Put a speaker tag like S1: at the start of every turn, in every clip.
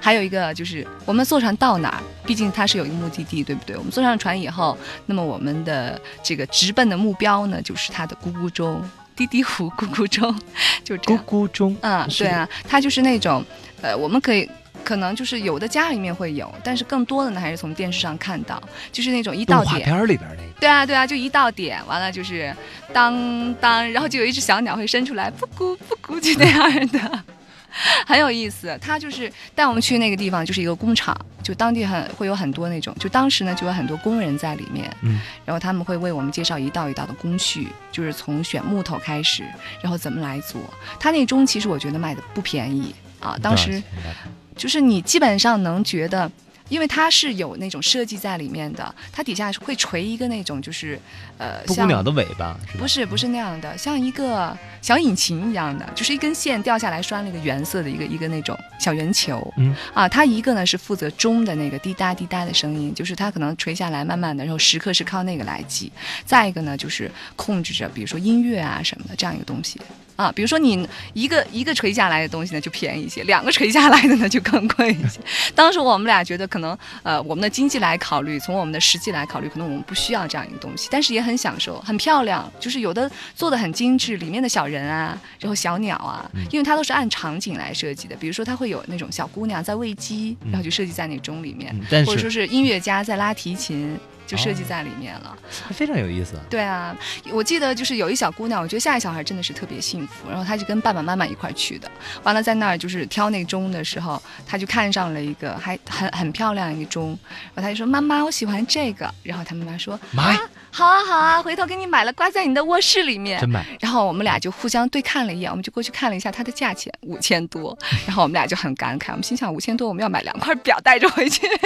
S1: 还有一个就是我们坐船到哪儿，毕竟它是有一个目的地，对不对？我们坐上船以后，那么我们的这个直奔的目标呢，就是它的咕咕钟、滴滴湖咕咕钟，就是这
S2: 咕
S1: 样。
S2: 咕钟，
S1: 嗯，
S2: 是
S1: 对啊，它就是那种，呃，我们可以。可能就是有的家里面会有，但是更多的呢还是从电视上看到，就是那种一到
S2: 动画
S1: 点，
S2: 片儿里边儿那个。
S1: 对啊，对啊，就一到点，完了就是当当，然后就有一只小鸟会伸出来，不咕不咕，就那样的， 很有意思。他就是带我们去那个地方，就是一个工厂，就当地很会有很多那种，就当时呢就有很多工人在里面，
S2: 嗯，
S1: 然后他们会为我们介绍一道一道的工序，就是从选木头开始，然后怎么来做。他那钟其实我觉得卖的不便宜啊，当时
S2: 多少钱呢
S1: 就是你基本上能觉得，因为它是有那种设计在里面的，它底下是会垂一个那种就是，呃，
S3: 布谷鸟
S1: 像
S3: 的尾巴是吧
S1: 不？是不是那样的，像一个小引擎一样的，就是一根线掉下来拴了一个原色的一个一个那种小圆球。
S2: 嗯
S1: 啊，它一个呢是负责钟的那个滴答滴答的声音，就是它可能垂下来慢慢的，然后时刻是靠那个来记。再一个呢就是控制着，比如说音乐啊什么的这样一个东西。啊，比如说你一个一个垂下来的东西呢就便宜一些，两个垂下来的呢就更贵一些。 当时我们俩觉得可能呃我们的经济来考虑，从我们的实际来考虑，可能我们不需要这样一个东西，但是也很享受，很漂亮，就是有的做的很精致，里面的小人啊，然后小鸟啊，
S3: 嗯
S1: 因为它都是按场景来设计的，比如说它会有那种小姑娘在喂鸡，然后就设计在那钟里面，
S3: 嗯但
S1: 或者说
S3: 是
S1: 是音乐家在拉提琴。就设计在里面了，
S3: 非常有意思啊。
S1: 对啊，我记得就是有一小姑娘，我觉得下一小孩真的是特别幸福。然后她就跟爸爸妈妈一块儿去的，完了在那儿就是挑那个钟的时候，她就看上了一个还很很漂亮一个钟，然后她就说妈妈我喜欢这个，然后她妈妈说
S2: 买，
S1: 好啊好啊，回头给你买了挂在你的卧室里面
S2: 真。买，
S1: 然后我们俩就互相对看了一眼，我们就过去看了一下它的价钱，五千多。然后我们俩就很感慨，我们心想五千多我们要买两块表带着回去。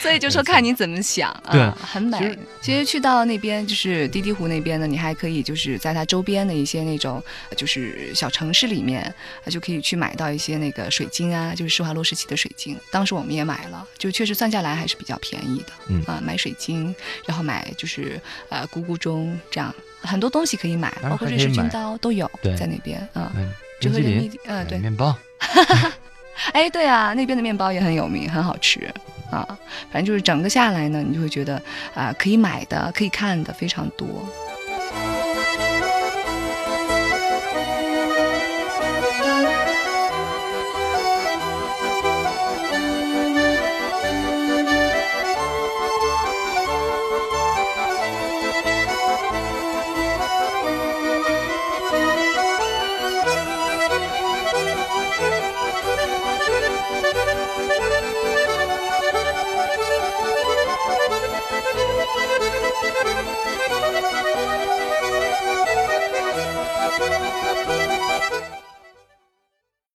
S1: 所以就说看你怎么想
S2: 对
S1: 啊，很美
S2: 其实。
S1: 其实去到那边就是滴滴湖那边呢，你还可以就是在它周边的一些那种呃就是小城市里面，呃就可以去买到一些那个水晶啊，就是施华洛世奇的水晶。当时我们也买了，就确实算下来还是比较便宜的。
S3: 嗯
S1: 啊，买水晶，然后买就是呃咕咕钟这样，很多东西可以买，
S3: 然
S1: 包
S3: 后
S1: 括
S3: 还
S1: 瑞
S3: 可以
S1: 士军
S3: 买
S1: 刀都有
S3: 对
S1: 在那边啊。
S3: 嗯，
S1: 折
S3: 冰
S1: 合
S3: 淇
S1: 人民
S3: 淋、
S1: 币，嗯，对，
S2: 面包，
S1: 哎，对啊，那边的面包也很有名，很好吃啊。反正就是整个下来呢，你就会觉得啊、可以买的、可以看的非常多。